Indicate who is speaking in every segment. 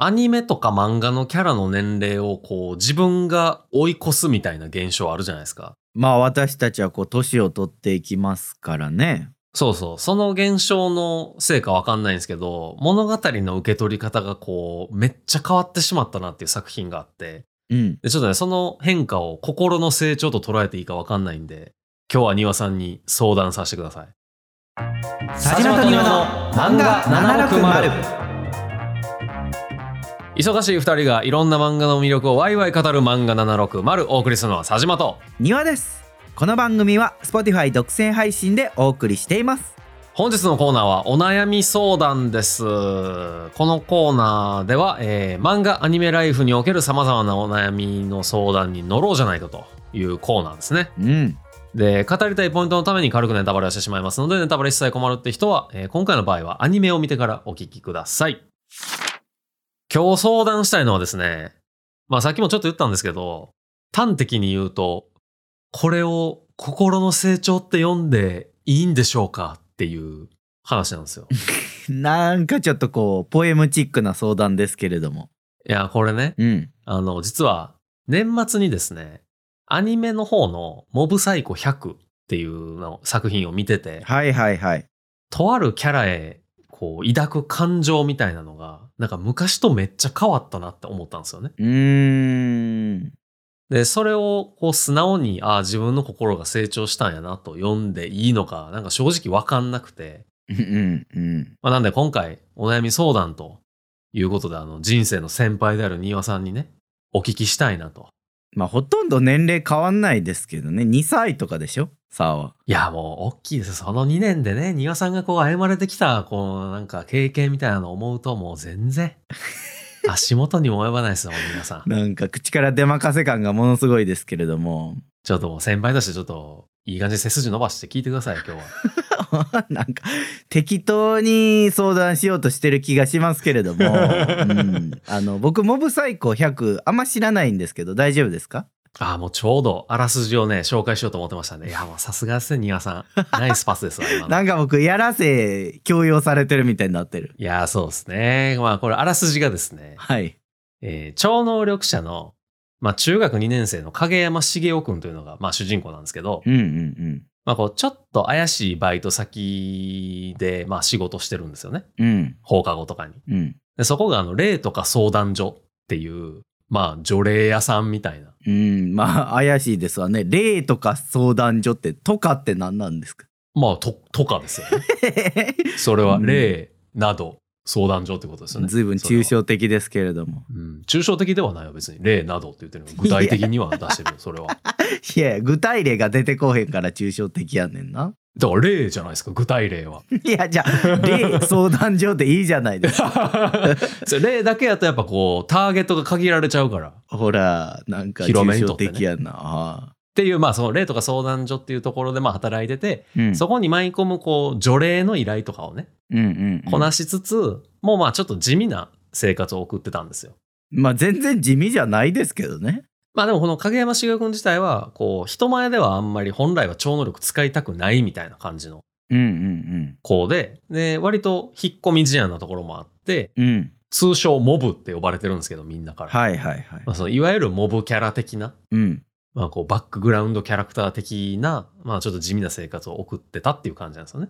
Speaker 1: アニメとか漫画のキャラの年齢をこう自分が追い越すみたいな現象あるじゃないですか。
Speaker 2: まあ私たちはこう年を取っていきますからね。
Speaker 1: そうそう。その現象のせいかわかんないんですけど、物語の受け取り方がこう、めっちゃ変わってしまったなっていう作品があって、
Speaker 2: うん。
Speaker 1: でちょっとね、その変化を心の成長と捉えていいかわかんないんで、今日は庭さんに相談させてください。
Speaker 2: 佐島と庭の漫画760
Speaker 1: 忙しい二人がいろんな漫画の魅力をワイワイ語る漫画760お送りするのは佐島と
Speaker 2: 庭です。この番組は Spotify 独占配信でお送りしています。
Speaker 1: 本日のコーナーはお悩み相談です。このコーナーでは、えー漫画アニメライフにおける様々なお悩みの相談に乗ろうじゃないかというコーナーですね。
Speaker 2: うん。
Speaker 1: で、語りたいポイントのために軽くネタバレをしてしまいますので、ネタバレ一切困るって人は、えー今回の場合はアニメを見てからお聞きください。今日相談したいのはですね、まあさっきもちょっと言ったんですけど、端的に言うと、これを心の成長って読んでいいんでしょうかっていう話なんですよ。
Speaker 2: なんかちょっとこう、ポエムチックな相談ですけれども。
Speaker 1: いや、これね、
Speaker 2: うん。
Speaker 1: あの、実は年末にですね、アニメの方のモブサイコ100っていうの作品を見てて、
Speaker 2: はいはいはい。
Speaker 1: とあるキャラへこう抱く感情みたいなのがなんか昔とめっちゃ変わったなって思ったんですよね。
Speaker 2: うーん。
Speaker 1: でそれをこう素直にああ自分の心が成長したんやなと読んでいいのかなんか正直わかんなくて、
Speaker 2: うんうん。
Speaker 1: まあ、なんで今回お悩み相談ということであの人生の先輩である丹羽さんにねお聞きしたいなと。
Speaker 2: まあほとんど年齢変わんないですけどね。2歳とかでしょサーは。
Speaker 1: いやもう大きいですその2年でね丹羽さんがこう歩まれてきたこうなんか経験みたいなのを思うともう全然足元にも及ばないですよ丹羽さん。
Speaker 2: なんか口から出まかせ感がものすごいですけれども。
Speaker 1: ちょっともう先輩としてちょっといい感じで背筋伸ばして聞いてください今 日は。
Speaker 2: なんか適当に相談しようとしてる気がしますけれ ども、うん、あの僕モブサイコ100あんま知らないんですけど大丈夫ですか
Speaker 1: ああもうちょうどあらすじをね紹介しようと思ってました ね。いやもうさすがですね庭さん。ナイスパスですわ今の。
Speaker 2: なんか僕やらせ強要されてるみたいになってる
Speaker 1: いやそうですね。まあこれあらすじがですね、
Speaker 2: はい
Speaker 1: えー超能力者の、まあ、中学2年生の影山茂雄くんというのが、まあ、主人公なんですけど、
Speaker 2: うんうん
Speaker 1: まあ、こうちょっと怪しいバイト先で、まあ、仕事してるんですよね
Speaker 2: うんうん
Speaker 1: 放課後とかに。
Speaker 2: うん
Speaker 1: でそこがあの霊とか相談所っていう、まあ、除霊屋さんみたいな。
Speaker 2: うんまあ怪しいですわね霊とか相談所ってとかって何なんですか
Speaker 1: まあ、と、とかですよね。それは、
Speaker 2: うん
Speaker 1: 例など、相談所ってことですよね。
Speaker 2: 随分抽
Speaker 1: それは。
Speaker 2: 象的ですけれども
Speaker 1: うん、抽象的ではないよ、別に。例などって言ってるのに具体的には出 してるよ、それは。
Speaker 2: いやいや具体例が出てこうへんから抽象的やねんな
Speaker 1: だから、例じゃないですか、具体例 は。
Speaker 2: いやじ ゃあ霊相談所でいいじゃないですか
Speaker 1: それ例だけやと、やっぱこう、ターゲットが限られちゃうから。っ
Speaker 2: ほら、なんか
Speaker 1: 広めに
Speaker 2: 抽
Speaker 1: と
Speaker 2: 象
Speaker 1: ってね
Speaker 2: 的やな。
Speaker 1: ていう、まあ、その例とか相談所っていうところで、まあ、働いてて、
Speaker 2: うん
Speaker 1: そこに舞い込む、こう、除霊の依頼とかをね、
Speaker 2: うんうんうん
Speaker 1: こなしつつ、もう、まあ、ちょっと地味な生活を送ってたんですよ。
Speaker 2: まあ全然地味じゃないですけどね。
Speaker 1: まあでもこの影山茂雄君自体は、こう、人前ではあんまり本来は超能力使いたくないみたいな感じの
Speaker 2: うんうん
Speaker 1: 子で、で、割と引っ込み思案なところもあって、
Speaker 2: うん。うん。
Speaker 1: 通称モブって呼ばれてるんですけど、みんなから。
Speaker 2: はいはいはい
Speaker 1: ま。あそのいわゆるモブキャラ的な、
Speaker 2: うん。
Speaker 1: まあこう、バックグラウンドキャラクター的な、まあちょっと地味な生活を送ってたっていう感じなんですよね。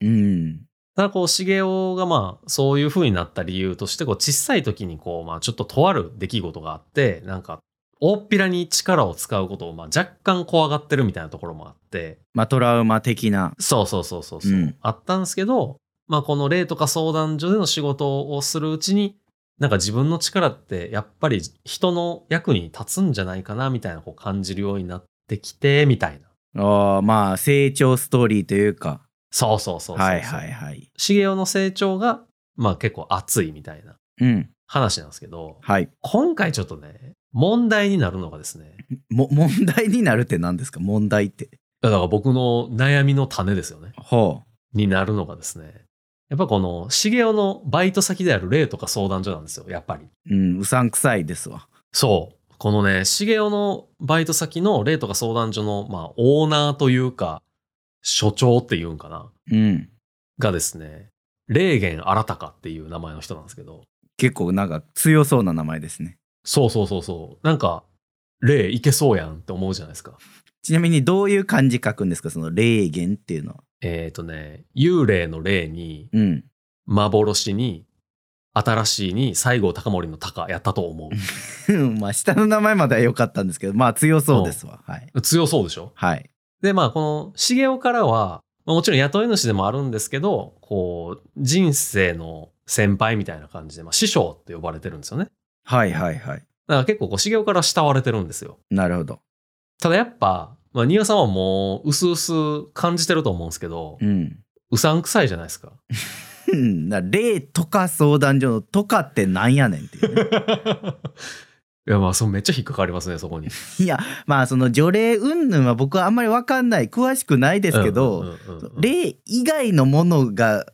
Speaker 2: うん。
Speaker 1: ただこう、茂雄がまあ、そういう風になった理由として、こう、小さい時にこう、まあちょっととある出来事があって、なんか、大っぴらに力を使うことを、まあ若干怖がってるみたいなところもあって、
Speaker 2: まあトラウマ的な。
Speaker 1: そうそうそうそうそう、
Speaker 2: うん
Speaker 1: あったんですけど、まあ、この霊とか相談所での仕事をするうちになんか自分の力ってやっぱり人の役に立つんじゃないかなみたいなこう感じるようになってきてみたいな
Speaker 2: あーまあ成長ストーリーというか。
Speaker 1: そうそうそうそう
Speaker 2: はいはいはい。
Speaker 1: 茂雄の成長が、まあ、結構熱いみたいな
Speaker 2: うん。
Speaker 1: 話なんですけど
Speaker 2: はい。
Speaker 1: 今回ちょっとね問題になるのがですね
Speaker 2: も、問題になるって何ですか問題って。
Speaker 1: だから僕の悩みの種ですよね
Speaker 2: ほ
Speaker 1: になるのがですねやっぱこの茂雄のバイト先である霊とか相談所なんですよやっぱり
Speaker 2: う。うん、うさんくさいですわ。
Speaker 1: そう。このね、茂雄のバイト先の霊とか相談所の、まあ、オーナーというか、所長っていうんかな。
Speaker 2: うん。
Speaker 1: がですね、霊源新たかっていう名前の人なんですけど、
Speaker 2: 結構なんか強そうな名前ですね。
Speaker 1: そうそうそうそう。なんか、霊いけそうやんって思うじゃないですか。
Speaker 2: ちなみにどういう漢字書くんですかその霊言っていうのは。
Speaker 1: えっ、ー、とね、幽霊の霊に、
Speaker 2: うん。
Speaker 1: 幻に、新しいに、西郷隆盛の高やったと思
Speaker 2: まあ下の名前までは良かったんですけど、まあ強そうですわ。はい。
Speaker 1: う。強そうでしょ
Speaker 2: はい。
Speaker 1: で、まあ、この、茂雄からは、まあもちろん雇い主でもあるんですけど、こう、人生の先輩みたいな感じで、まあ、師匠って呼ばれてるんですよね。
Speaker 2: はいはいは
Speaker 1: だ
Speaker 2: い。
Speaker 1: から結構、こう、茂雄から慕われてるんですよ。
Speaker 2: なるほど。
Speaker 1: ただやっぱ、まあ、丹羽さんはもう、うすうす感じてると思うんですけど
Speaker 2: う、ん。
Speaker 1: うさんくさいじゃないです か。
Speaker 2: うんな霊とか相談所のとかってなんやねんっていうね、
Speaker 1: いや、まあ、そう、めっちゃ引っかかりますね、そこに。
Speaker 2: いや、まあその除霊云々は僕はあんまりわかんない、詳しくないですけど、
Speaker 1: うんうんうんうん
Speaker 2: 霊以外のものが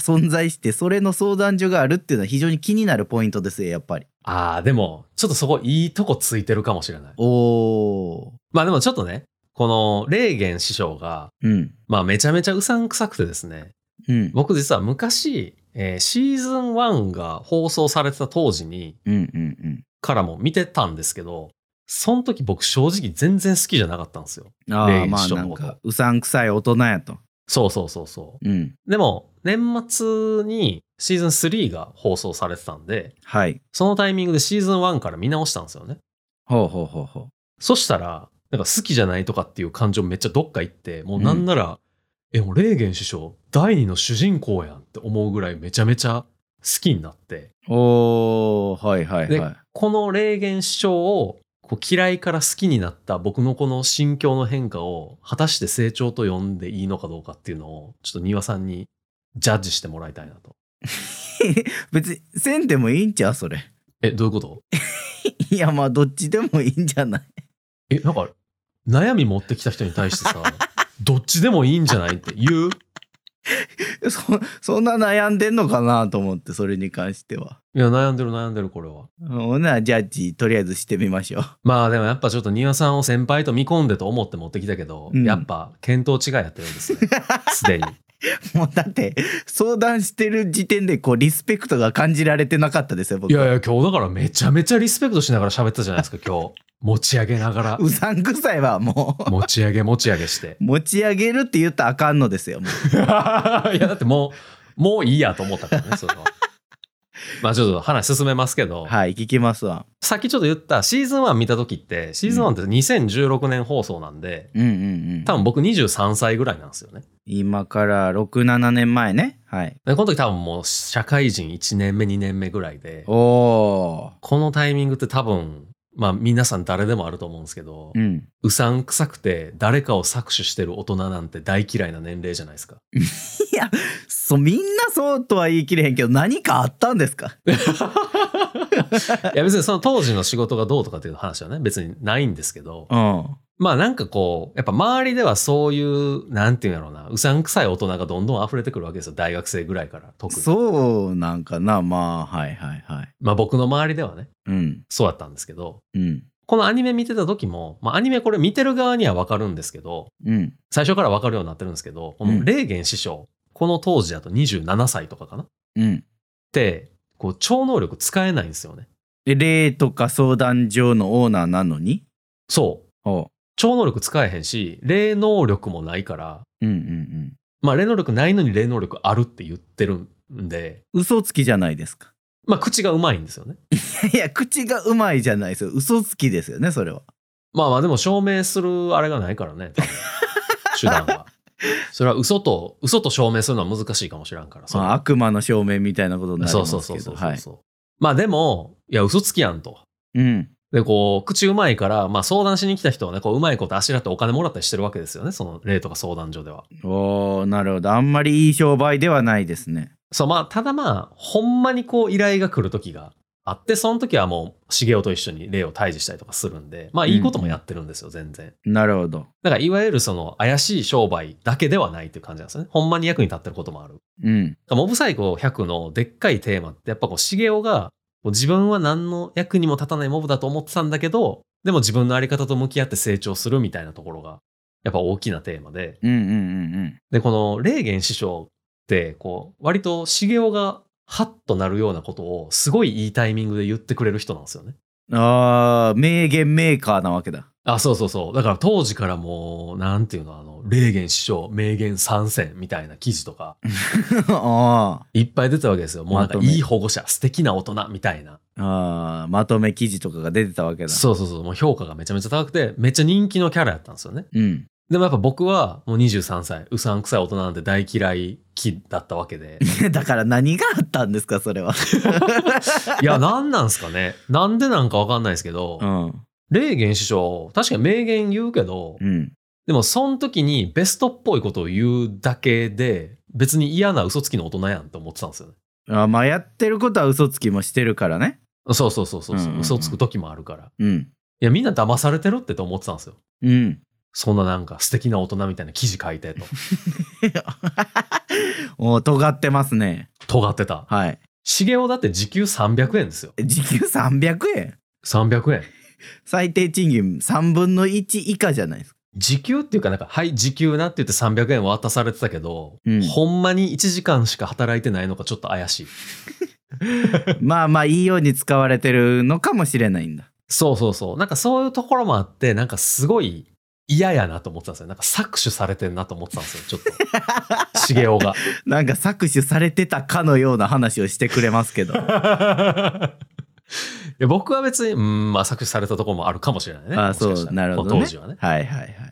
Speaker 2: 存在してそれの相談所があるっていうのは非常に気になるポイントですよやっぱり
Speaker 1: ああ、でも、ちょっとそこいいとこついてるかもしれない。
Speaker 2: おお
Speaker 1: まあでもちょっとね、この、霊元師匠が、
Speaker 2: うん
Speaker 1: まあめちゃめちゃうさんくさくてですね、
Speaker 2: うん
Speaker 1: 僕実は昔、えーシーズン1が放送されてた当時に、
Speaker 2: うんうんうん
Speaker 1: からも見てたんですけど、その時僕正直全然好きじゃなかったんですよ。
Speaker 2: あ
Speaker 1: 霊
Speaker 2: あ
Speaker 1: 一
Speaker 2: まあ
Speaker 1: 緒
Speaker 2: な
Speaker 1: の
Speaker 2: ん
Speaker 1: こと
Speaker 2: かうさんくさい大人やと
Speaker 1: そうそうそうそ
Speaker 2: うん
Speaker 1: う。でも、年末にシーズン3が放送されてたんで、
Speaker 2: はい
Speaker 1: そのタイミングでシーズン1から見直したんですよね。
Speaker 2: ほうほうほうほ
Speaker 1: そしたら、なんか好きじゃないとかっていう感情めっちゃどっか行って、もうなんなら、え、もうレーゲン首相、第二の主人公やんって思うぐらいめちゃめちゃ好きになって、
Speaker 2: うおおはいはい
Speaker 1: で
Speaker 2: はい
Speaker 1: この霊言師匠をこう嫌いから好きになった僕のこの心境の変化を果たして成長と呼んでいいのかどうかっていうのをちょっと丹羽さんにジャッジしてもらいたいなと。
Speaker 2: 別にせんでもいいんちゃうそれ
Speaker 1: え、どういうこと
Speaker 2: いやまあどっちでもいいんじゃない
Speaker 1: え、なんか悩み持ってきた人に対してさ、どっちでもいいんじゃないって言う
Speaker 2: そそんな悩んでんのかなと思ってそれに関してはい
Speaker 1: や、悩んでる悩んでるこれは。
Speaker 2: ほなジャッジとりあえずしてみましょう
Speaker 1: まあでもやっぱちょっと丹羽さんを先輩と見込んでと思って持ってきたけど、
Speaker 2: うん
Speaker 1: やっぱ見当違いやったよう ですね。すでに。
Speaker 2: もうだって相談してる時点でこうリスペクトが感じられてなかったですよ僕
Speaker 1: いやいや、今日だからめちゃめちゃリスペクトしながら喋ってたじゃないですか、今日。持ち上げながら。
Speaker 2: うさんくさいはも
Speaker 1: 持ち上げ持ち上げして。
Speaker 2: う 持ち上げるって言ったらあかんのですよも
Speaker 1: いや、だってもう、もういいやと思ったからね、 それは。まあちょっと話進めますけど、
Speaker 2: うはい聞きますわ
Speaker 1: さっきちょっと言ったシーズン1見た時って、シーズン1って2016年放送なんで、
Speaker 2: うんうんうん
Speaker 1: 多分僕23歳ぐらいなんですよね。
Speaker 2: 今から67年前ねはい
Speaker 1: で、この時多分もう社会人1年目、2年目ぐらいで、
Speaker 2: おお
Speaker 1: このタイミングって多分、まあ皆さん誰でもあると思うんですけど、
Speaker 2: ーうん
Speaker 1: うさんくさくて誰かを搾取してる大人なんて大嫌いな年齢じゃないですか。
Speaker 2: そうみんなそうとは言い切れへんけど何かあったんですか
Speaker 1: いや別にその当時の仕事がどうとかっていう話はね、別にないんですけど、
Speaker 2: うん
Speaker 1: まあなんかこう、やっぱ周りではそういう、なんていうんやろうな、うさんくさい大人がどんどん溢れてくるわけですよ。大学生ぐらいから、特に。
Speaker 2: そうなんかなまあはいはいはい
Speaker 1: まあ僕の周りではね、
Speaker 2: うん
Speaker 1: そうだったんですけど、
Speaker 2: うん
Speaker 1: このアニメ見てた時も、まあアニメこれ見てる側にはわかるんですけど、
Speaker 2: うん
Speaker 1: 最初からわかるようになってるんですけど、こ
Speaker 2: う
Speaker 1: の
Speaker 2: ん
Speaker 1: レーゲン師匠、この当時だと27歳とかかなっ
Speaker 2: うん
Speaker 1: て、こう超能力使えないんですよね。
Speaker 2: で霊とか相談所のオーナーなのに
Speaker 1: そう。
Speaker 2: お
Speaker 1: 超能力使えへんし、霊能力もないから、
Speaker 2: うんうんうん
Speaker 1: まあ霊能力ないのに霊能力あるって言ってるんで、
Speaker 2: 嘘つきじゃないですか。
Speaker 1: まあ口がうまいんですよね。
Speaker 2: いや、口がうまいじゃないですよ。嘘つきですよね、それは。
Speaker 1: まあまあでも証明するあれがないからね、 多分手段が。それは嘘と、嘘と証明するのは難しいかもしらんから。そ
Speaker 2: ま
Speaker 1: の
Speaker 2: あ、悪魔の証明みたいなことになり
Speaker 1: そ
Speaker 2: ま
Speaker 1: う
Speaker 2: すけ
Speaker 1: そう
Speaker 2: ど。
Speaker 1: そうそう
Speaker 2: はい。
Speaker 1: そう。まあでも、いや嘘つきやんと。
Speaker 2: うん。
Speaker 1: で、こう、口うまいから、まあ相談しに来た人はね、こううまいことあしらってお金もらったりしてるわけですよね、その例とか相談所では。
Speaker 2: おーなるほど。あんまりいい商売ではないですね。
Speaker 1: そう、まあ、ただまあ、ほんまにこう依頼が来る時があって、その時はもう、茂雄と一緒に霊を退治したりとかするんで、まあ、いいこともやってるんですよ、全然。
Speaker 2: なるほど。
Speaker 1: だから、いわゆるその、怪しい商売だけではないっていう感じなんですよね。ほんまに役に立ってることもある。だか
Speaker 2: うん。
Speaker 1: らモブサイコ100のでっかいテーマって、やっぱこう、茂雄が、こう自分は何の役にも立たないモブだと思ってたんだけど、でも自分のあり方と向き合って成長するみたいなところが、やっぱ大きなテーマで、
Speaker 2: うんうんうん
Speaker 1: で、この、霊元師匠って、こう、割と、茂雄がハッとなるようなことを、すごいいいタイミングで言ってくれる人なんですよね。
Speaker 2: あー名言メーカーなわけだ。
Speaker 1: あ、そうそうそう。だから当時からもう、なんていうの、あの、霊言師匠、名言参戦みたいな記事とか、
Speaker 2: あー
Speaker 1: いっぱい出てたわけですよ。もうなんか、
Speaker 2: まとめ
Speaker 1: いい保護者、素敵な大人みたいな。
Speaker 2: あーまとめ記事とかが出てたわけだ。
Speaker 1: そうそうそう。もう評価がめちゃめちゃ高くて、めっちゃ人気のキャラやったんですよね。
Speaker 2: うん。
Speaker 1: でもやっぱ僕はもう23歳、うさんくさい大人なんて大嫌い期だったわけ で。
Speaker 2: だから何があったんですかそれは。
Speaker 1: いや、なんなんすかね。なんでなんかわかんないですけど、
Speaker 2: うん。
Speaker 1: 霊言師匠、確かに名言言うけど、
Speaker 2: うん。
Speaker 1: でもその時にベストっぽいことを言うだけで、別に嫌な嘘つきの大人やんと思ってたんですよね。
Speaker 2: あまあやってることは嘘つきもしてるからね。
Speaker 1: そうそうそうそうそう、
Speaker 2: うんうんうん
Speaker 1: 嘘つく時もあるから。
Speaker 2: うん。
Speaker 1: いや、みんな騙されてるってと思ってたんですよ。
Speaker 2: うん。
Speaker 1: そんななんか素敵な大人みたいな記事書いて と。
Speaker 2: お尖ってますね。
Speaker 1: 尖ってた。
Speaker 2: はい。
Speaker 1: 茂雄だって時給300円ですよ。
Speaker 2: 時給300円
Speaker 1: 300円。
Speaker 2: 最低賃金3分の1以下じゃないですか。
Speaker 1: 時給っていうかなんか、はい、時給なって言って300円渡されてたけど、
Speaker 2: うん
Speaker 1: ほんまに1時間しか働いてないのかちょっと怪しい。
Speaker 2: まあまあいいように使われてるのかもしれないんだ。
Speaker 1: そうそうそう。なんかそういうところもあって、なんかすごい嫌やなと思ってたんですよ。なんか搾取されてんなと思ってたんですよ、ちょっ と。茂雄が。
Speaker 2: なんか搾取されてたかのような話をしてくれますけど。あ
Speaker 1: いや僕は別に、うん、まあ搾取されたところもあるかもしれないね。
Speaker 2: あ、
Speaker 1: もし
Speaker 2: そ
Speaker 1: かした
Speaker 2: う、
Speaker 1: ら
Speaker 2: なるほど、ね。
Speaker 1: まあ当時はね。
Speaker 2: はいはいはい。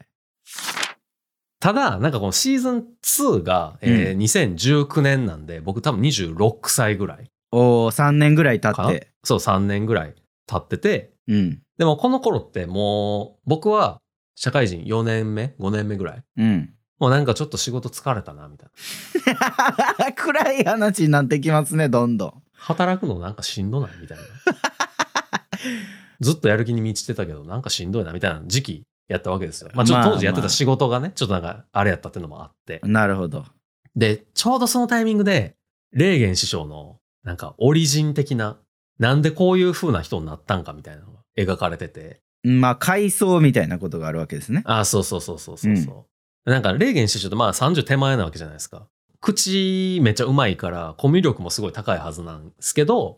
Speaker 1: ただ、なんかこのシーズン2が、えー2019年なんで、僕多分26歳ぐらい
Speaker 2: おお、3年ぐらい経
Speaker 1: か
Speaker 2: っ
Speaker 1: な
Speaker 2: て。。
Speaker 1: そう、3年ぐらい経ってて、
Speaker 2: うん。
Speaker 1: でもこの頃ってもう僕は社会人4年目 ?5 年目ぐらい
Speaker 2: うん。
Speaker 1: もうなんかちょっと仕事疲れたなみたいな。
Speaker 2: 暗い話になってきますね、どんどん。
Speaker 1: 働くのなんかしんどないみたいな。ずっとやる気に満ちてたけどなんかしんどいなみたいな時期やったわけですよ。まあちょっと当時やってた仕事がね、ちょっとなんかあれやったっていうのもあって。
Speaker 2: なるほど。
Speaker 1: で、ちょうどそのタイミングで、レーゲン師匠のなんかオリジン的な、なんでこういう風な人になったんかみたいなのが描かれてて。
Speaker 2: まあ、階層みたいなことがあるわけですね。
Speaker 1: あそうそうそうそうそうそう。なんか、レーゲン師匠ってまあ30手前なわけじゃないですか。口めっちゃうまいから、コミュ力もすごい高いはずなんですけど、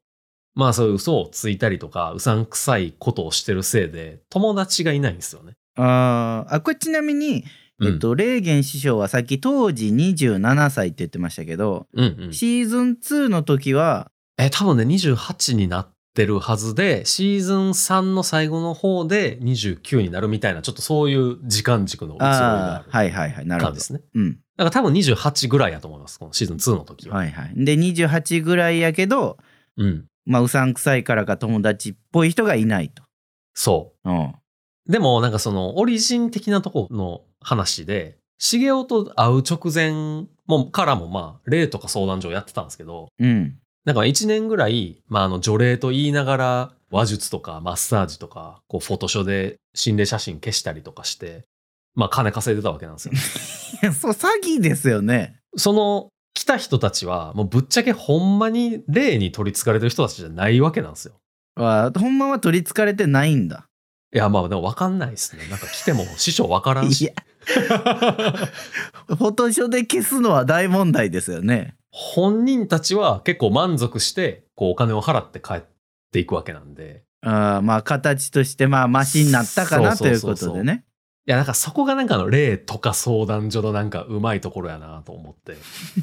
Speaker 1: まあそういう嘘をついたりとか、うさんくさいことをしてるせいで、友達がいないんですよね。
Speaker 2: あーあ、これちなみに、えっと、レーゲン師匠はさっき当時27歳って言ってましたけど、
Speaker 1: うん、うんうん。
Speaker 2: シーズン2の時は、
Speaker 1: え、多分ね、28になってるはずで、シーズン3の最後の方で29になるみたいな、ちょっとそういう時間軸の移ろいが
Speaker 2: ああ、
Speaker 1: あ
Speaker 2: はいはいはい、な
Speaker 1: る
Speaker 2: るほ
Speaker 1: 感
Speaker 2: ど
Speaker 1: じで。すね。
Speaker 2: うん。
Speaker 1: だから多分28ぐらいやと思います、このシーズン2の時は。
Speaker 2: はいはい。で、28ぐらいやけど、
Speaker 1: うん。
Speaker 2: まあ、うさんくさいからか友達っぽい人がいないと。
Speaker 1: そう。
Speaker 2: うん。
Speaker 1: でもなんかそのオリジン的なとこの話で、茂雄と会う直前もからもまあ、霊とか相談所やってたんですけど、
Speaker 2: うん。
Speaker 1: なんか1年ぐらい、まああの、除霊と言いながら、話術とかマッサージとか、こう、フォトショで心霊写真消したりとかして、まあ金稼いでたわけ なんですよ、ね。
Speaker 2: そう、詐欺ですよね。
Speaker 1: その、来た人たちは、もうぶっちゃけほんまに霊に取り憑かれてる人たちじゃないわけなんですよ。
Speaker 2: あーほんまは取り憑かれてないんだ。
Speaker 1: いや、まあでも分かんないですね。なんか来ても師匠分からん
Speaker 2: い
Speaker 1: し。
Speaker 2: や、フォトショーで消すのは大問題ですよね。
Speaker 1: 本人たちは結構満足して、こうお金を払って帰っていくわけなんで。
Speaker 2: あーまあ形としてまあマシになったかな
Speaker 1: そ
Speaker 2: と
Speaker 1: う
Speaker 2: い
Speaker 1: そうそ
Speaker 2: うこ
Speaker 1: うそう
Speaker 2: とでね。
Speaker 1: いや、なんかそこがなんかあの例とか相談所のなんかうまいところやなと思って。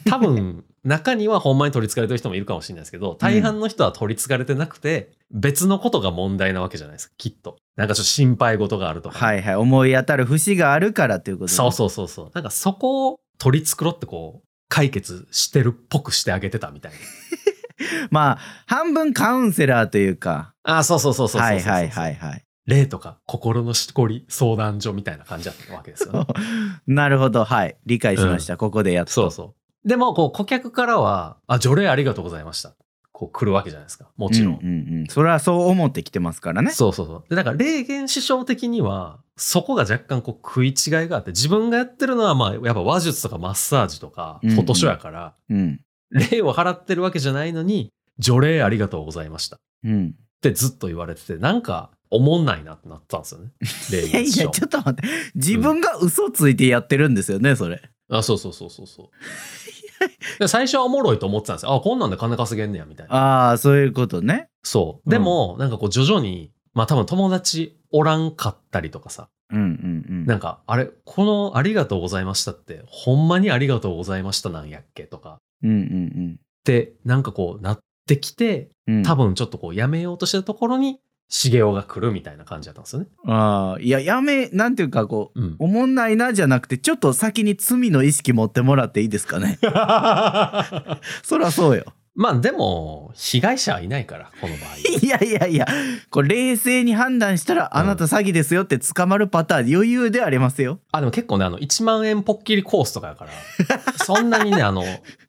Speaker 1: 多 分、中にはほんまに取り憑かれてる人もいるかもしれないですけど、大半の人は取り憑かれてなくて、別のことが問題なわけじゃないですか、きっと。なんかちょっと心配事があるとか。
Speaker 2: はいはい思い当たる節があるからということで。
Speaker 1: そうそうそうそう。なんかそこを取り繕ってこう、解決してるっぽくしてあげてたみたいな。
Speaker 2: まあ半分カウンセラーというか。
Speaker 1: ああ、そうそうそうそうそうそう
Speaker 2: はいはいはいはい。
Speaker 1: 霊とか心のしこり相談所みたいな感じだったわけですよ ね。
Speaker 2: なるほどはい理解しました、ここでやっと
Speaker 1: そうそう。でも、こう、顧客からは、あ、除霊ありがとうございました。こう来るわけじゃないですか。もちろん。
Speaker 2: うんうんうん、それはそう思ってきてますからね。
Speaker 1: そうそうそう。で、だから、霊言師匠的には、そこが若干こう食い違いがあって、自分がやってるのは、まあ、やっぱ話術とかマッサージとか、
Speaker 2: う
Speaker 1: フ
Speaker 2: んうん
Speaker 1: ォトショやから、
Speaker 2: うん
Speaker 1: 霊を払ってるわけじゃないのに、除霊ありがとうございました。っ
Speaker 2: うん、
Speaker 1: てずっと言われてて、なんか、おもんないなってなってたんですよ ね。霊
Speaker 2: いやい
Speaker 1: 言
Speaker 2: や
Speaker 1: 師
Speaker 2: ち
Speaker 1: 匠
Speaker 2: ょっ。と待って自分が嘘ついてやってるんですよねそれ。
Speaker 1: あ、そうそうそうそうそう。で最初はおもろいと思ってたんですよ。あ、こんなんで金稼げんねや、みたいな。
Speaker 2: ああ、そういうことね。
Speaker 1: そう。でも、なんかこう徐々に、まあ多分友達おらんかったりとかさ、
Speaker 2: うんうんうん。
Speaker 1: なんか、あれ、このありがとうございましたって、ほんまにありがとうございましたなんやっけとか、
Speaker 2: うんうん
Speaker 1: って、なんかこうなってきて、
Speaker 2: うん。うん
Speaker 1: 多分ちょっとこうやめようとしてたところに、茂雄が来るみたいな感じだったんですよね。
Speaker 2: ああ、いや、やめ、なんていうか、こう、
Speaker 1: うん。
Speaker 2: おもんないなじゃなくて、ちょっと先に罪の意識持ってもらっていいです かね。そらそうよ。
Speaker 1: まあでも、被害者はいないから、この場合。
Speaker 2: いやいやいや、これ冷静に判断したら、あなた詐欺ですよって捕まるパターン、余裕でありますよ。
Speaker 1: あ、でも結構ね、あの、1万円ポッキリコースとかやから、 そんなにね、あの、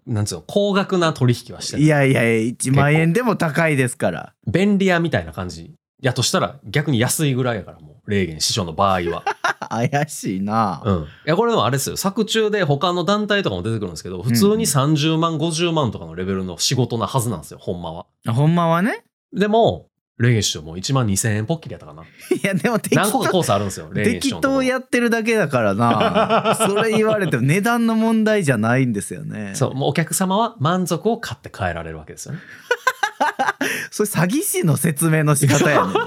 Speaker 1: なんつうの、高額な取引はしてない
Speaker 2: いやいや、1万円でも高いですから。
Speaker 1: 便利屋みたいな感じ。やとしたら、逆に安いぐらいやから、もう、霊言師匠の場合 は。
Speaker 2: 怪しいな。
Speaker 1: うん。いや、これでもあれですよ。作中で他の団体とかも出てくるんですけど、普通に30万、50万とかのレベルの仕事なはずなんですよ、ほんまは。
Speaker 2: ほんまはね。
Speaker 1: でも、霊言師匠も1万2000円ポッキリやったかな。
Speaker 2: いや、でも適
Speaker 1: 何個かコ
Speaker 2: 当、
Speaker 1: ースあるんですよ、霊言師匠
Speaker 2: 適
Speaker 1: のとこ
Speaker 2: 当やってるだけだからな。それ言われても値段の問題じゃないんですよね。
Speaker 1: そう、もうお客様は満足を買って帰られるわけですよね。
Speaker 2: それ詐欺師の説明の仕方やねんな。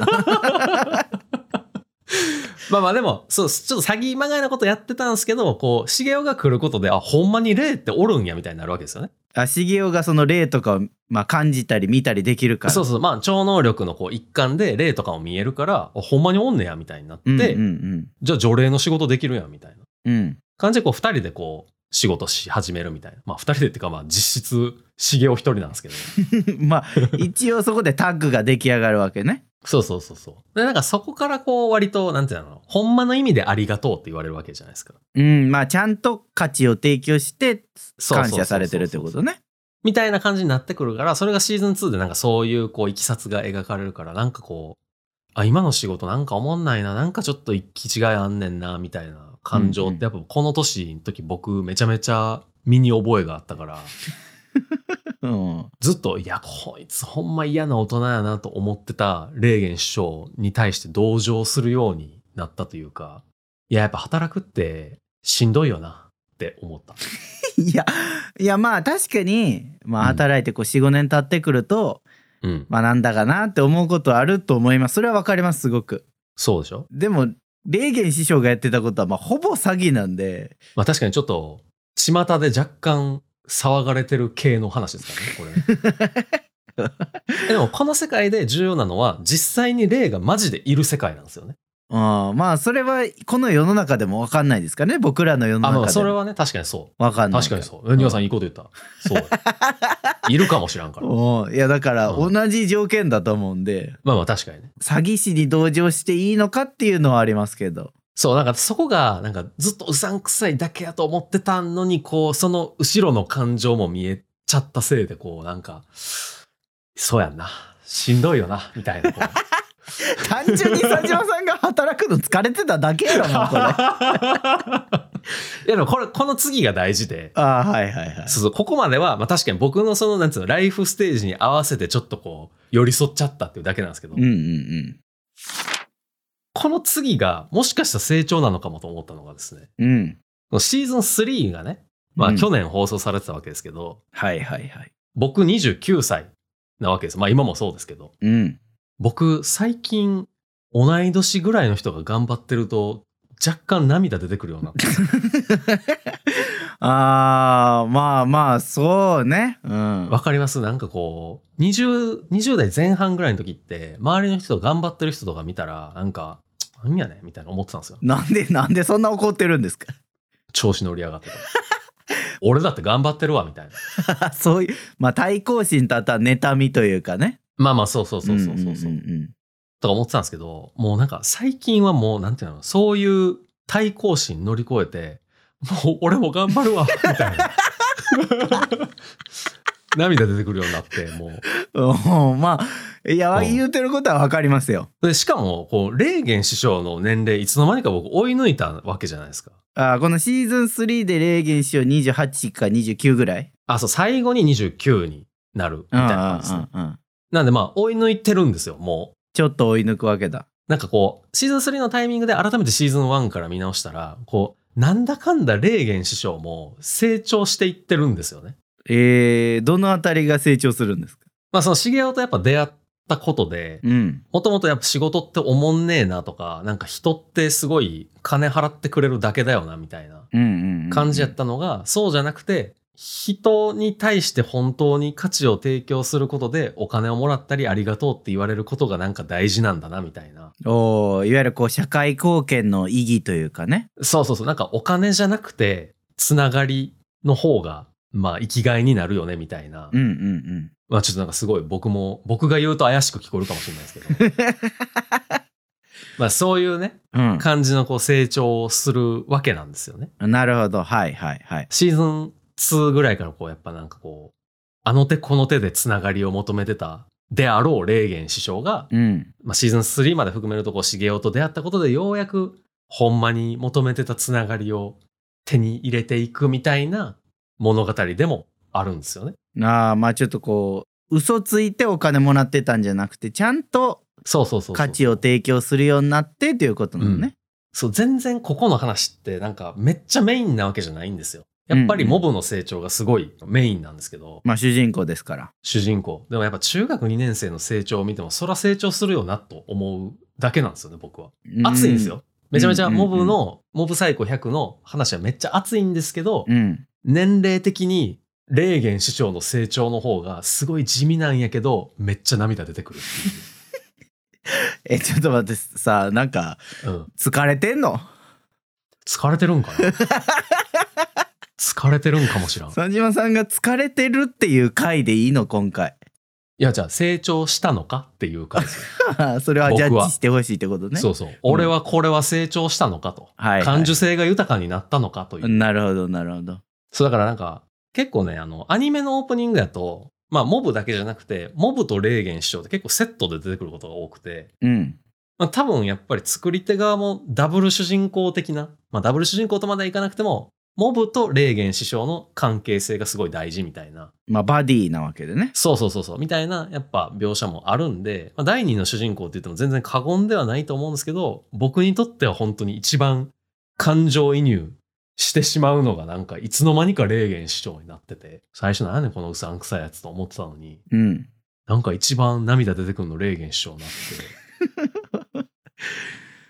Speaker 1: まあまあでも、そう、ちょっと詐欺まがいなことやってたんですけど、こう、茂雄が来ることで、あ、ほんまに霊っておるんや、みたいになるわけですよね。
Speaker 2: あ、茂雄がその例とかを、まあ、感じたり見たりできるから。
Speaker 1: そうそう、まあ、超能力のこう一環で霊とかも見えるから、あほんまにおんねや、みたいになって、
Speaker 2: うんうん
Speaker 1: じゃあ除霊の仕事できるやん、みたいな
Speaker 2: うん。うん。
Speaker 1: 感じで、こう、二人でこう、仕事し始めるみたいな。まあ、二人でっていうか、まあ、実質、茂雄一人なんですけど。
Speaker 2: まあ、一応そこでタッグが出来上がるわけね。
Speaker 1: そうそうそうそう。で、なんかそこからこう、割と、なんていうの、ほんまの意味でありがとうって言われるわけじゃないですか。
Speaker 2: うん、まあ、ちゃんと価値を提供して、
Speaker 1: そうそうそう
Speaker 2: 感
Speaker 1: そう
Speaker 2: 謝されてるってことね。
Speaker 1: みたいな感じになってくるから、それがシーズン2でなんかそういうこう、いきさつが描かれるから、なんかこう、あ、今の仕事なんか思んないな、なんかちょっと行き違いあんねんな、みたいな感情って、やっぱこの年の時僕めちゃめちゃ身に覚えがあったから、
Speaker 2: うん。
Speaker 1: ずっと、いや、こいつほんま嫌な大人やなと思ってた霊元首相に対して同情するようになったというか、いや、やっぱ働くってしんどいよなって思った。
Speaker 2: いや、いや、まあ、確かに、まあ、
Speaker 1: うん
Speaker 2: 働いてこう4、5年経ってくると、
Speaker 1: うん。
Speaker 2: まあ、なんだかなって思うことあると思います。それはわかります、すごく。
Speaker 1: そうでしょ
Speaker 2: でも、霊元師匠がやってたことは、まあ、ほぼ詐欺なんで、
Speaker 1: まあ確かにちょっと、巷で若干騒がれてる系の話ですからね、これ。 えでもこの世界で重要なのは、実際に霊がマジでいる世界なんですよね。
Speaker 2: あまあそれはこの世の中でも分かんないですかね僕らの世の
Speaker 1: あ、まあ
Speaker 2: 中
Speaker 1: そ
Speaker 2: で
Speaker 1: れ
Speaker 2: も
Speaker 1: はね、確かにそ
Speaker 2: 分か
Speaker 1: う。
Speaker 2: んない
Speaker 1: 確かにそう。えニワさんいいこと言った。 そう。いるかもしらんから。
Speaker 2: うんいやだから
Speaker 1: う
Speaker 2: 同じ条件だと思うんで、
Speaker 1: まあまあ確かにね。
Speaker 2: 詐欺師に同情していいのかっていうのはありますけど
Speaker 1: そう、なんかそこが、なんかずっとうさんくさいだけやと思ってたのに、こう、その後ろの感情も見えちゃったせいで、こう、なんか、そうやんな。しんどいよな、みたいな。こう
Speaker 2: 単純に佐島さんが働くの疲れてただけやろもうこれ あ
Speaker 1: いやでもこれ、この次が大事で、
Speaker 2: あはいはいはい
Speaker 1: そうそう、ここまでは、まあ確かに僕のその、なんつうの、ライフステージに合わせてちょっとこう、寄り添っちゃったっていうだけなんですけど、
Speaker 2: うんうんうん
Speaker 1: この次が、もしかしたら成長なのかもと思ったのがですね、
Speaker 2: うん
Speaker 1: このシーズン3がね、ま
Speaker 2: う
Speaker 1: あ
Speaker 2: ん
Speaker 1: 去年放送されてたわけですけど、
Speaker 2: はいはいはい
Speaker 1: 僕29歳なわけです。まあ今もそうですけど、
Speaker 2: うん
Speaker 1: 僕最近、同い年ぐらいの人が頑張ってると、若干涙出てくるようになって。
Speaker 2: あーまあまあそうねうん
Speaker 1: わかりますなんかこう、20、20代前半ぐらいの時って、周りの人と頑張ってる人とか見たら、なんか、何やねんみたいな思ってたんですよ。
Speaker 2: なんでなんでそんな怒ってるんですか
Speaker 1: 調子乗り上がってから。俺だって頑張ってるわ、みたいな。
Speaker 2: そういうまあ対抗心とあとは妬みというかね
Speaker 1: まあまあ、そうそうそうそうそうそう、
Speaker 2: んんん
Speaker 1: とか思ってたんですけど、もうなんか最近はもう、なんていうの、そういう対抗心乗り越えて、もう俺も頑張るわ、みたいな。涙出てくるようになって、もう。
Speaker 2: うんうんまあいや
Speaker 1: うん
Speaker 2: 言うてることは分かりますよ。
Speaker 1: で、しかも、こう、霊元師匠の年齢、いつの間にか僕追い抜いたわけじゃないですか。
Speaker 2: あーこのシーズン3で霊言師匠28か29ぐらい
Speaker 1: あ、そう、最後に29になるみたいな感じですね。
Speaker 2: うんうんうんうん
Speaker 1: なんでまあ、追い抜いてるんですよ、もう。
Speaker 2: ちょっと追い抜くわけだ。
Speaker 1: なんかこう、シーズン3のタイミングで改めてシーズン1から見直したら、こう、なんだかんだレーゲン師匠も成長していってるんですよね。
Speaker 2: えー、どのあたりが成長するんですか
Speaker 1: まあその茂雄とやっぱ出会ったことで、
Speaker 2: うん。
Speaker 1: もともとやっぱ仕事っておもんねえなとか、なんか人ってすごい金払ってくれるだけだよなみたいな
Speaker 2: うんうん、うん。
Speaker 1: 感じやったのが、そうじゃなくて、人に対して本当に価値を提供することでお金をもらったりありがとうって言われることがなんか大事なんだなみたいな。
Speaker 2: おーいわゆるこう、社会貢献の意義というかね。
Speaker 1: そうそうそう。なんかお金じゃなくて、つながりの方が、まあ生きがいになるよねみたいな。
Speaker 2: うんうん
Speaker 1: まあちょっとなんかすごい僕も、僕が言うと怪しく聞こえるかもしれないですけど。 まあそういうね、
Speaker 2: うん。
Speaker 1: 感じのこう成長をするわけなんですよね。
Speaker 2: うん。なるほど。はいはいはい。
Speaker 1: シーズン2ぐらいからこうやっぱなんかこう、あの手この手でつながりを求めてたであろうレーゲン師匠が、
Speaker 2: うん。
Speaker 1: まあ、シーズン3まで含めるとこう茂雄と出会ったことでようやくほんまに求めてたつながりを手に入れていくみたいな物語でもあるんですよね。
Speaker 2: ああ、まあちょっとこう、嘘ついてお金もらってたんじゃなくて、ちゃんと
Speaker 1: そうそうそうそう。
Speaker 2: 価値を提供するようになってということなのね。
Speaker 1: そう、全然ここの話ってなんかめっちゃメインなわけじゃないんですよ。やっぱり
Speaker 2: うん
Speaker 1: モ
Speaker 2: うん
Speaker 1: ブの成長がすごいメインなんですけど、
Speaker 2: まあ主人公ですから。
Speaker 1: 主人公。でもやっぱ中学2年生の成長を見ても、そら成長するよなと思うだけなんですよね、僕は。熱いんですよ。めちゃめちゃモブ
Speaker 2: うん
Speaker 1: の、モブサイコ100の話はめっちゃ熱いんですけど、
Speaker 2: うん。うん。
Speaker 1: 年齢的に、レーゲン師匠の成長の方がすごい地味なんやけど、めっちゃ涙出てくるっ
Speaker 2: え、ちょっと待って、さあ、なんか、
Speaker 1: ていう。うん。
Speaker 2: 疲れてんの
Speaker 1: 疲れてるんか な疲れてるんかもしらん。い
Speaker 2: 三島さんが疲れてるっていう回でいいの今回。
Speaker 1: や、じゃあ成長したのかっていう感じ。
Speaker 2: それは
Speaker 1: 僕
Speaker 2: ジ
Speaker 1: は
Speaker 2: ャッジしてほしいってことね。
Speaker 1: そうそう。俺はこれは成長したのかと。
Speaker 2: はい、は
Speaker 1: 感受
Speaker 2: い。
Speaker 1: 性が豊かになったのかという。
Speaker 2: なるほど、なるほど。
Speaker 1: そうだからなんか、結構ね、あの、アニメのオープニングやと、まあ、モブだけじゃなくて、モブとレーゲン師匠って結構セットで出てくることが多くて、
Speaker 2: うん。
Speaker 1: まあ、多分やっぱり作り手側もダブル主人公的な、まあ、ダブル主人公とまではいかなくても、モブとレーゲン師匠の関係性がすごい大事みたいな、
Speaker 2: まあ、バディなわけでね。
Speaker 1: そうそうそうそう、みたいな、やっぱ描写もあるんで、まあ、第二の主人公って言っても全然過言ではないと思うんですけど、僕にとっては本当に一番感情移入してしまうのがなんか、いつの間にか霊言師匠になってて、最初なんやねんこのうさんくさいやつと思ってたのに、
Speaker 2: うん。
Speaker 1: なんか一番涙出てくるの霊言師匠になって。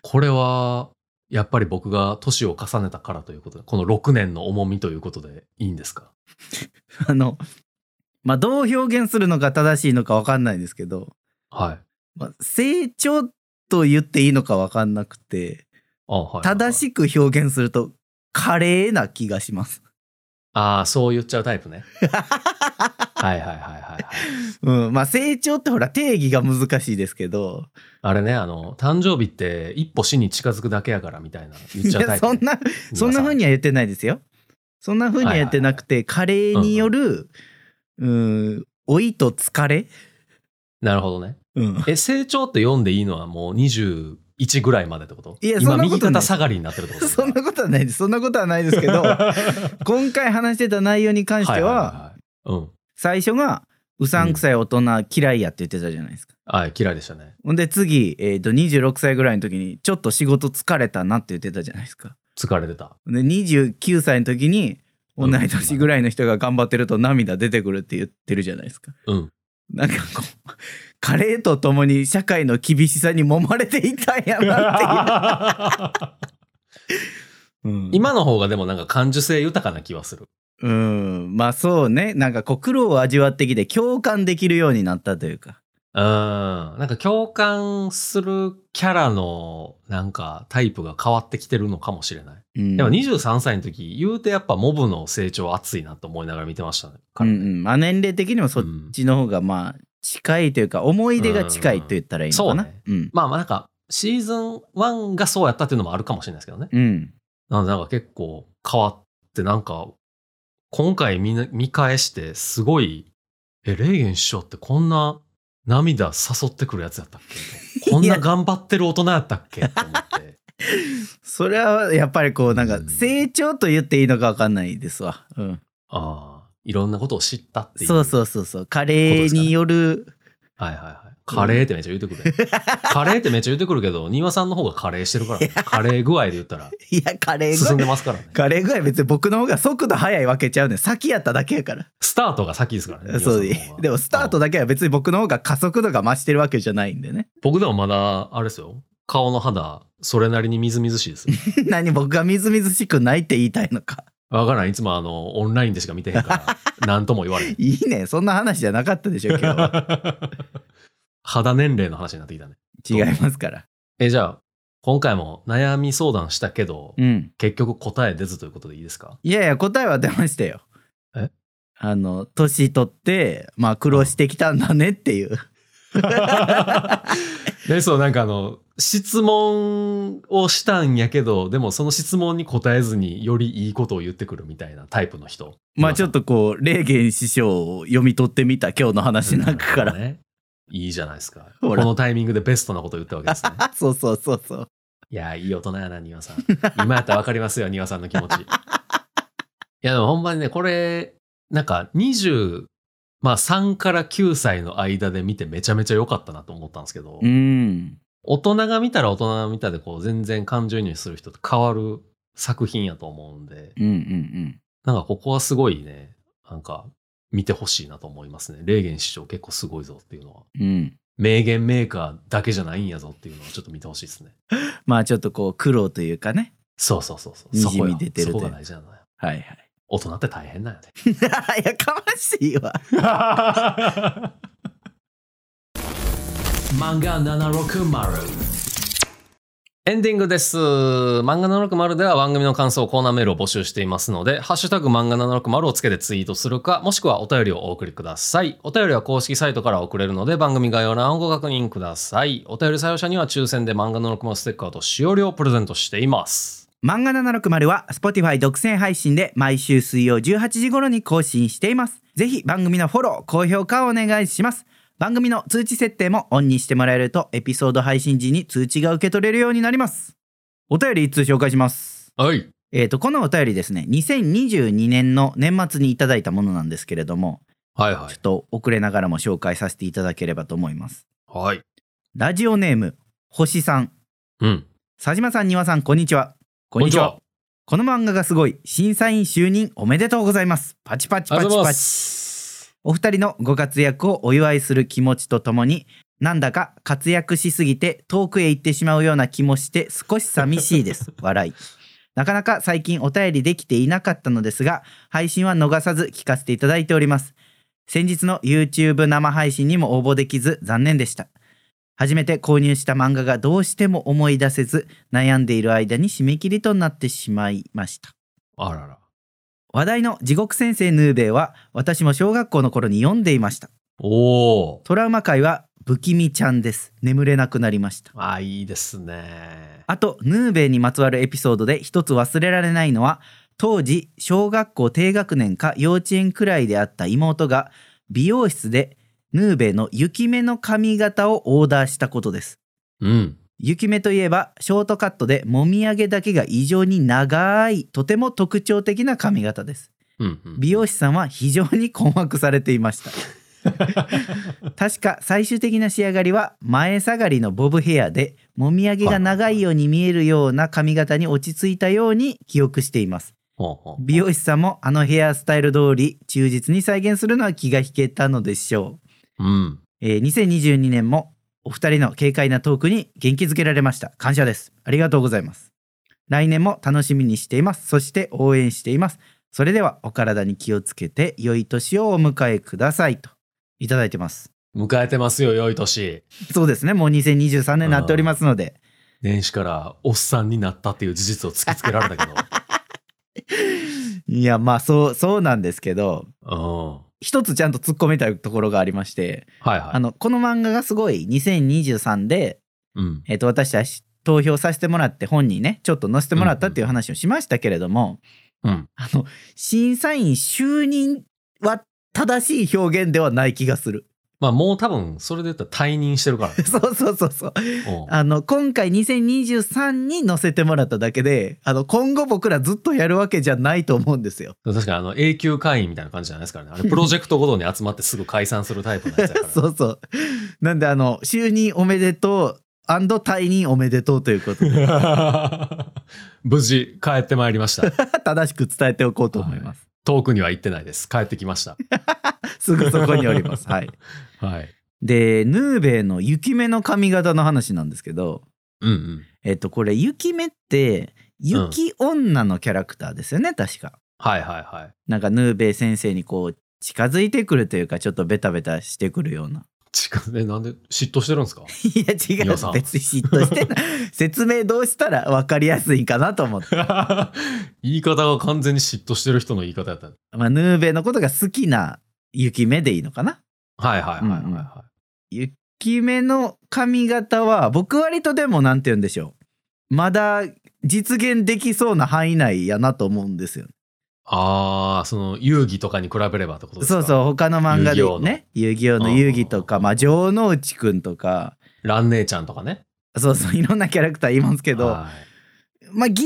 Speaker 1: これは、やっぱり僕が年を重ねたからということで、この6年の重みということでいいんですか
Speaker 2: あの、まあ、どう表現するのが正しいのかわかんないんですけど、
Speaker 1: はい。
Speaker 2: まあ、成長と言っていいのかわかんなくて、
Speaker 1: あはい、
Speaker 2: 正
Speaker 1: い。
Speaker 2: しく表現すると、華麗な気がします。
Speaker 1: ああ、そう言っちゃうタイプ ね。はいはいはいはいはい。
Speaker 2: うん。まあ、成長ってほら、定義が難しいですけど、
Speaker 1: あれね、あの、誕生日って一歩死に近づくだけやからみたいな言っ
Speaker 2: い
Speaker 1: ちゃうタ
Speaker 2: や
Speaker 1: イプ
Speaker 2: そ
Speaker 1: ね、
Speaker 2: んなそんな風には言ってないですよ。そんな風には言ってなくて、加齢による、うん、老いと疲れ、
Speaker 1: なるほどね。
Speaker 2: うん、
Speaker 1: え、成長って読んでいいのはもう21ぐらいまでってこと
Speaker 2: いやそ
Speaker 1: 今
Speaker 2: んなこと
Speaker 1: 右
Speaker 2: ない
Speaker 1: 肩下がりになってるってこと
Speaker 2: そんなことはないです。そんなことはないですけど、 今回話してた内容に関しては、
Speaker 1: いはいはい、うん。
Speaker 2: 最初が、うさんくさい大人嫌いやって言ってたじゃないですか。
Speaker 1: はい、嫌いでしたね。
Speaker 2: ほんで次、えー、と26歳ぐらいの時にちょっと仕事疲れたなって言ってたじゃないですか。
Speaker 1: 疲れてた。
Speaker 2: ほんで29歳の時に同い年ぐらいの人が頑張ってると涙出てくるって言ってるじゃないですか。
Speaker 1: うん。
Speaker 2: なんかこう、カレーとともに社会の厳しさに揉まれていたんやなっていう。うん、
Speaker 1: 今の方がでもなんか感受性豊かな気はする。
Speaker 2: うん、まあそうね。なんかこう苦労を味わってきて共感できるようになったというか。
Speaker 1: うん。なんか共感するキャラのなんかタイプが変わってきてるのかもしれない。
Speaker 2: うん、
Speaker 1: でも23歳の時、言うてやっぱモブの成長熱いなと思いながら見てましたね。
Speaker 2: うんうん。まあ年齢的にもそっちの方がまあ近いというか、思い出が近いと言ったらいいのかな。うん。
Speaker 1: まあまあなんか、シーズン1がそうやったっていうのもあるかもしれないですけどね。
Speaker 2: うん。
Speaker 1: なんでなんか結構変わって、なんか、今回見な見返して、すごい、え、レーゲン師匠ってこんな涙誘ってくるやつやったっ けこんな頑張ってる大人やったっけと思って。
Speaker 2: それはやっぱりこうなんか
Speaker 1: うん
Speaker 2: 成長と言っていいのかわかんないですわ。うん。
Speaker 1: ああ、いろんなことを知ったっていう。
Speaker 2: そうそうそうそう。カレーによる
Speaker 1: はいはいはい。カレーってめっちゃ言ってくるやん。カレーってめっちゃ言ってくるけど、 庭さんの方がカレーしてるからね。カレー具合で言ったら
Speaker 2: いや、カレー
Speaker 1: 進ん
Speaker 2: ぐら
Speaker 1: で
Speaker 2: い。
Speaker 1: ますからね。
Speaker 2: カレーぐらい別に僕の方が速度速いわけちゃうねん。先やっただけやから。
Speaker 1: スタートが先ですからね。
Speaker 2: そう
Speaker 1: 庭さんの方が
Speaker 2: でもスタートだけは別に僕の方が加速度が増してるわけじゃないんでね。
Speaker 1: 僕でもまだ、あれですよ。顔の肌、それなりにみずみずしい ですよ。
Speaker 2: 何僕がみずみずしくないって言いたいのか。
Speaker 1: わからない。いつもあの、オンラインでしか見てへんから、なんとも言われ へん。
Speaker 2: いいねんそんな話じゃなかったでしょ、今日 は。
Speaker 1: 肌年齢の話になってきたね。
Speaker 2: 違いますから。
Speaker 1: え、じゃあ、今回も悩み相談したけど、
Speaker 2: うん。
Speaker 1: 結局答え出ずということでいいですか
Speaker 2: いやいや、答えは出ましたよ。
Speaker 1: え
Speaker 2: あの、年取って、まあ苦労してきたんだねっていう。
Speaker 1: で、そう、なんかあの、質問をしたんやけど、でもその質問に答えずによりいいことを言ってくるみたいなタイプの人。
Speaker 2: まあちょっとこう、霊元師匠を読み取ってみた今日の話の中から。
Speaker 1: ね。いいじゃないですか。
Speaker 2: ほ
Speaker 1: こ
Speaker 2: ら
Speaker 1: のタイミングでベストなこと言ったわけ ですね。
Speaker 2: あそうそうそうそう。
Speaker 1: いや、いい大人やな、庭さん。今やったらわかりますよ、庭さんの気持 ち。いや、でもほんまにね、これ、なんか20、まあ3から9歳の間で見てめちゃめちゃ良かったなと思ったんですけど、
Speaker 2: ん。
Speaker 1: 大人が見たら大人が見たでこう全然感情移入する人と変わる作品やと思うんで、
Speaker 2: うんうんうん。
Speaker 1: なんかここはすごいね、なんか見てほしいなと思いますね。霊言師匠結構すごいぞっていうのは。
Speaker 2: うん、
Speaker 1: 名言メーカーだけじゃないんやぞっていうのをちょっと見てほしいですね。
Speaker 2: まあちょっとこう苦労というかね
Speaker 1: そうそうそうそう。
Speaker 2: に
Speaker 1: そ
Speaker 2: じ
Speaker 1: こ
Speaker 2: み
Speaker 1: よ
Speaker 2: 出て
Speaker 1: そ
Speaker 2: るという
Speaker 1: こが大事なのよ。
Speaker 2: はいは
Speaker 1: 大人って大変なんやで。
Speaker 2: いい やかましいわ
Speaker 1: 漫画760エンディングです。漫画760では番組の感想、コーナーメールを募集していますので、ハッシュタグ漫画760をつけてツイートするか、もしくはお便りをお送りください。お便りは公式サイトから送れるので、番組概要欄をご確認ください。お便り採用者には抽選で漫画760ステッカーと使用料をプレゼントしています。
Speaker 2: 漫画760は Spotify 独占配信で毎週水曜18時頃に更新しています。ぜひ番組のフォロー、高評価をお願いします。番組の通知設定もオンにしてもらえるとエピソード配信時に通知が受け取れるようになります。お便り一通紹介します。
Speaker 1: はい。
Speaker 2: えっ、と、このお便りですね、2022年の年末にいただいたものなんですけれども、
Speaker 1: はいは
Speaker 2: ちょ
Speaker 1: い
Speaker 2: っ。と遅れながらも紹介させていただければと思います。
Speaker 1: はい。
Speaker 2: ラジオネーム、星さん。
Speaker 1: うん。
Speaker 2: 佐島さん、庭さん、こんにちは。こ
Speaker 1: んにちは。
Speaker 2: この漫画がすごい。審査員就任おめでとうございます。パチパチ
Speaker 1: ありが
Speaker 2: パ
Speaker 1: とう
Speaker 2: チ
Speaker 1: ござい
Speaker 2: パ
Speaker 1: ま
Speaker 2: チ。
Speaker 1: す。
Speaker 2: お二人のご活躍をお祝いする気持ちとともに、なんだか活躍しすぎて遠くへ行ってしまうような気もして少し寂しいです。笑い。なかなか最近お便りできていなかったのですが、配信は逃さず聞かせていただいております。先日の YouTube 生配信にも応募できず残念でした。初めて購入した漫画がどうしても思い出せず、悩んでいる間に締め切りとなってしまいました。
Speaker 1: あらら。
Speaker 2: 話題の地獄先生ヌーベイは、私も小学校の頃に読んでいました。
Speaker 1: おお。
Speaker 2: トラウマ界は不気味ちゃんです。眠れなくなりました。
Speaker 1: あ、いいですね。
Speaker 2: あと、ヌーベイにまつわるエピソードで一つ忘れられないのは、当時、小学校低学年か幼稚園くらいであった妹が、美容室でヌーベイの雪目の髪型をオーダーしたことです。
Speaker 1: うん。
Speaker 2: 雪目といえば、ショートカットでもみあげだけが異常に長い、とても特徴的な髪型です。
Speaker 1: うん、うん。
Speaker 2: 美容師さんは非常に困惑されていました確か最終的な仕上がりは前下がりのボブヘアでもみあげが長いように見えるような髪型に落ち着いたように記憶しています
Speaker 1: ほうほう
Speaker 2: 美容師さんもあのヘアスタイル通り忠実に再現するのは気が引けたのでしょう、
Speaker 1: うん。
Speaker 2: えー2022年もお二人の軽快なトークに元気づけられました感謝ですありがとうございます来年も楽しみにしていますそして応援していますそれではお体に気をつけて良い年をお迎えくださいといただいてます
Speaker 1: 迎えてますよ、良い年。
Speaker 2: そうですねもう2023年になっておりますので
Speaker 1: 年始からおっさんになったっていう事実を突きつけられ たけ
Speaker 2: いやまあそうそうなんですけど
Speaker 1: ど。
Speaker 2: 一つちゃんと突っ込みたいところがありまして、
Speaker 1: うん。はいはい。
Speaker 2: あのこの漫画がすごい2023で、
Speaker 1: うん。
Speaker 2: えっと私たち投票させてもらって本にねちょっと載せてもらったっていう話をしましたけれども、
Speaker 1: うん。
Speaker 2: あの、審査員就任は正しい表現ではない気がする。。
Speaker 1: まあもう多分、それで言ったら退任して るからね
Speaker 2: そうそうそうそう。
Speaker 1: うん
Speaker 2: あの、今回2023に載せてもらっただけで、あの、今後僕らずっとやるわけじゃないと思うんですよ。
Speaker 1: 確かにあの永久会員みたいな感じじゃないですからね。あれプロジェクトごとに集まってすぐ解散するタイプのやつやから、ね。
Speaker 2: そうそう。なんで、あの、就任おめでとう、退任おめでとうということで、
Speaker 1: 無事帰ってまいりました。
Speaker 2: 正しく伝えておこうと思います。
Speaker 1: 遠くには行ってないです。帰ってきました。
Speaker 2: すぐそこにおります。はい。
Speaker 1: はい。
Speaker 2: で、ヌーベイの雪目の髪型の話なんですけど、
Speaker 1: うんうん。
Speaker 2: えっと、これ、雪目って、雪女のキャラクターですよね、確か。
Speaker 1: はいはいはい。
Speaker 2: なんか、ヌーベイ先生にこう、近づいてくるというか、ちょっとベタベタしてくるような。
Speaker 1: 近 え、なんで嫉妬してるんですか
Speaker 2: いや違う
Speaker 1: 皆さん
Speaker 2: 別に嫉妬して ない説明どうしたら分かりやすいかなと思って、
Speaker 1: 言い方が完全に嫉妬してる人の言い方やった。
Speaker 2: まあ、ヌーベのことが好きな雪目でいいのかな
Speaker 1: はいはいはいはい、はい
Speaker 2: うんうん雪目の髪型は僕割とでもなんて言うんでしょうまだ実現できそうな範囲内やなと思うんですよ
Speaker 1: ああ、その遊戯とかに比べればってことです
Speaker 2: そ
Speaker 1: か
Speaker 2: うそう他の漫画でね「遊戯王の遊戯」とか「
Speaker 1: うん
Speaker 2: まあ、城之内くん」とか
Speaker 1: ラン姉ちゃんとかね。
Speaker 2: そうそういろんなキャラクターいますけど
Speaker 1: はい
Speaker 2: まあギ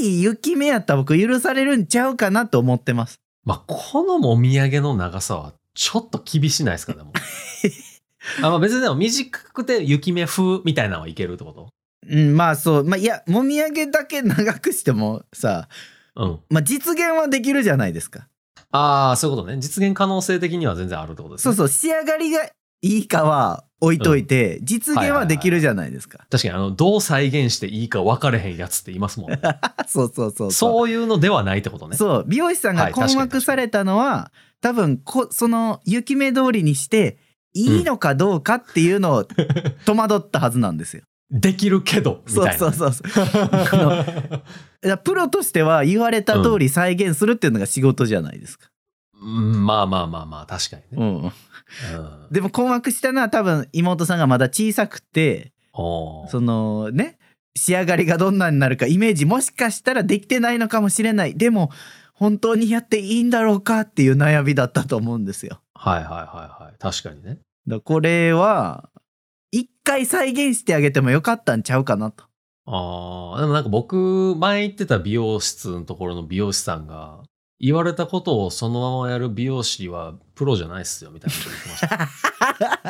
Speaker 2: リ雪目やったら僕許されるんちゃうかなと思ってます
Speaker 1: まあ、このもみあげの長さはちょっと厳しないですか ね、もうあまあ別にでも短くて雪目風みたいなのはいけるってこと
Speaker 2: うん、まあそう、まあ、いやもみあげだけ長くしてもさ、
Speaker 1: うん。
Speaker 2: まあ、実現はできるじゃないですか
Speaker 1: ああ、そういうことね。実現可能性的には全然あるってことです、
Speaker 2: そ
Speaker 1: ね。
Speaker 2: うそう仕上がりがいいかは置いといて、実現はできるじゃないですか、
Speaker 1: 確かに、あの、どう再現していいか分かれへんやつって言いますもんね。
Speaker 2: そうそうそうそう
Speaker 1: そういうのではないってことね。
Speaker 2: そう美容師さん
Speaker 1: は
Speaker 2: が
Speaker 1: い確か
Speaker 2: 困
Speaker 1: に
Speaker 2: 惑されたのは、多分こその雪目通りにしていいのかどうかっていうのを戸惑ったはずなんですよ。
Speaker 1: できるけど、みたい
Speaker 2: そう
Speaker 1: な。
Speaker 2: そうそうそう。だからプロとしては言われた通り再現するっていうのが仕事じゃないですか。
Speaker 1: うん、まあまあまあまあ、確かにね。
Speaker 2: う
Speaker 1: う
Speaker 2: ん、
Speaker 1: ん
Speaker 2: でも困惑したのは多分妹さんがまだ小さくて
Speaker 1: おー
Speaker 2: そのね仕上がりがどんなになるかイメージもしかしたらできてないのかもしれないでも本当にやっていいんだろうかっていう悩みだったと思うんですよ。
Speaker 1: はいはいはいはい。確かにね。
Speaker 2: だからこれは一回再現してあげてもよかったんちゃうかなと。
Speaker 1: ああ、でもなんか僕、前行ってた美容室のところの美容師さんが、言われたことをそのままやる美容師はプロじゃないっすよ、みたいなこと言ってま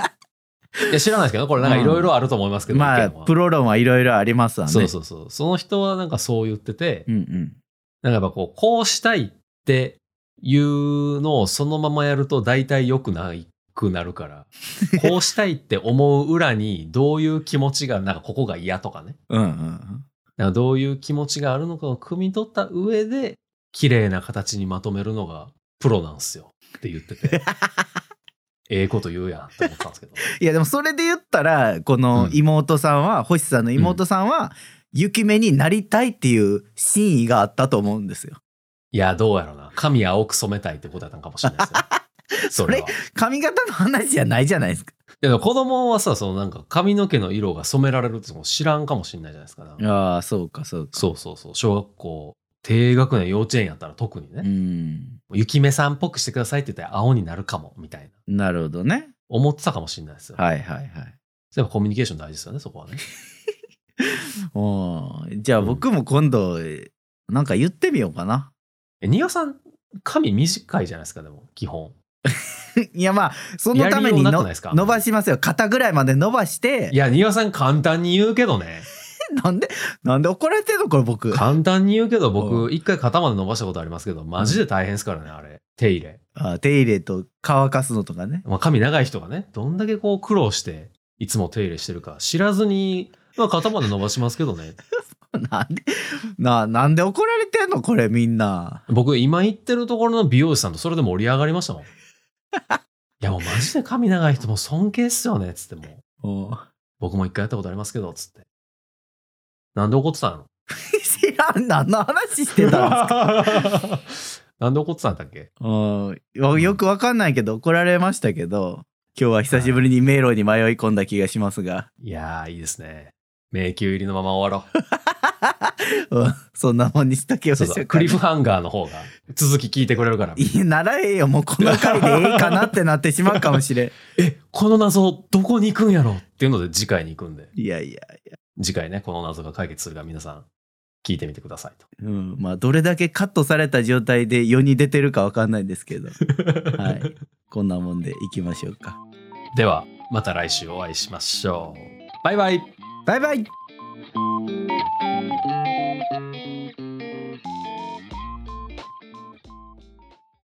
Speaker 1: した。いや、知らないですけど、これなんかいろいろあると思いますけど、
Speaker 2: ま
Speaker 1: 意
Speaker 2: あ
Speaker 1: 見は
Speaker 2: プロ論はいろいろありますわね。
Speaker 1: そうそうそう。その人はなんかそう言ってて、
Speaker 2: うんうん
Speaker 1: なんかやっぱこう、こうしたいっていうのをそのままやると大体良くないくなるから、こうしたいって思う裏にどういう気持ちが、なんかここが嫌とかね。
Speaker 2: うんうんう
Speaker 1: だ
Speaker 2: ん
Speaker 1: からどういう気持ちがあるのかを汲み取った上で、綺麗な形にまとめるのがプロなんすよって言ってて。ええこと言うやんって思ったんですけど。
Speaker 2: いやでもそれで言ったらこの妹さんは、星さんの妹さんは、雪目になりたいっていう真意があったと思うんですよ。
Speaker 1: いや、どうやろな。髪青く染めたいってことやったんかもしれないですね。それは。い
Speaker 2: 髪型の話じゃないじゃないですか。
Speaker 1: やでも子供はさ、そのなんか髪の毛の色が染められるってのも知らんかもしれないじゃないですか。
Speaker 2: ああそうかそうか。
Speaker 1: そうそうそう。小学校、低学年、幼稚園やったら特にね、
Speaker 2: うん
Speaker 1: 雪目さんっぽくしてくださいって言ったら青になるかも、みたいな。
Speaker 2: なるほどね。
Speaker 1: 思ってたかもしれないですよ。
Speaker 2: はいはいはい。
Speaker 1: やっぱコミュニケーション大事ですよね、そこ はね。
Speaker 2: おーじゃあ僕も今度、なんか言ってみようかな。
Speaker 1: え、庭さん、髪短いじゃないですか、でも、基本。
Speaker 2: いやまあそのために
Speaker 1: やりようなく
Speaker 2: の
Speaker 1: ないですか
Speaker 2: 伸ばしますよ。肩ぐらいまで伸ばして
Speaker 1: い。や、庭さん簡単に言うけどね。
Speaker 2: なんでなんで怒られてんのこれ僕。あ
Speaker 1: 簡単に言うけど、
Speaker 2: う
Speaker 1: 僕、一回肩まで伸ばしたことありますけど、マジで大変ですからね、あれ。手入れ。
Speaker 2: ー手入れと乾かすのとかね。
Speaker 1: まあ、髪長い人がね、どんだけこう苦労して、いつも手入れしてるか知らずに、まあ、肩まで伸ばしますけどね。
Speaker 2: なんでななんで怒られてんのこれみんな。
Speaker 1: 僕、今行ってるところの美容師さんとそれで盛り上がりましたもん。いや、もうマジで髪長い人もう尊敬っすよね、つってもう。
Speaker 2: お ー
Speaker 1: 僕も一回やったことありますけど、つって。なんで怒ってた の
Speaker 2: 知らん何の話してたんですか
Speaker 1: なんで怒ってたんだっけ
Speaker 2: うんよよくわかんないけど怒られましたけど今日は久しぶりに迷路に迷い込んだ気がしますが
Speaker 1: いやー、いいですね。迷宮入りのまま終わろう。
Speaker 2: うんそんなもんにしとけよ
Speaker 1: そう そうクリフハンガーの方が続き聞いてくれるから。
Speaker 2: いやならええよもうこの回でええかなってなってしまうかもしれん
Speaker 1: え、この謎どこに行くんやろっていうので次回に行くんで、
Speaker 2: いやいやいや、
Speaker 1: 次回ね、この謎が解決するから皆さん聞いてみてくださいと。
Speaker 2: うん、まあどれだけカットされた状態で世に出てるかわかんないで すけどはいこんなもんでいきましょうか
Speaker 1: では、また来週お会いしましょう。バイバイ
Speaker 2: バイバイ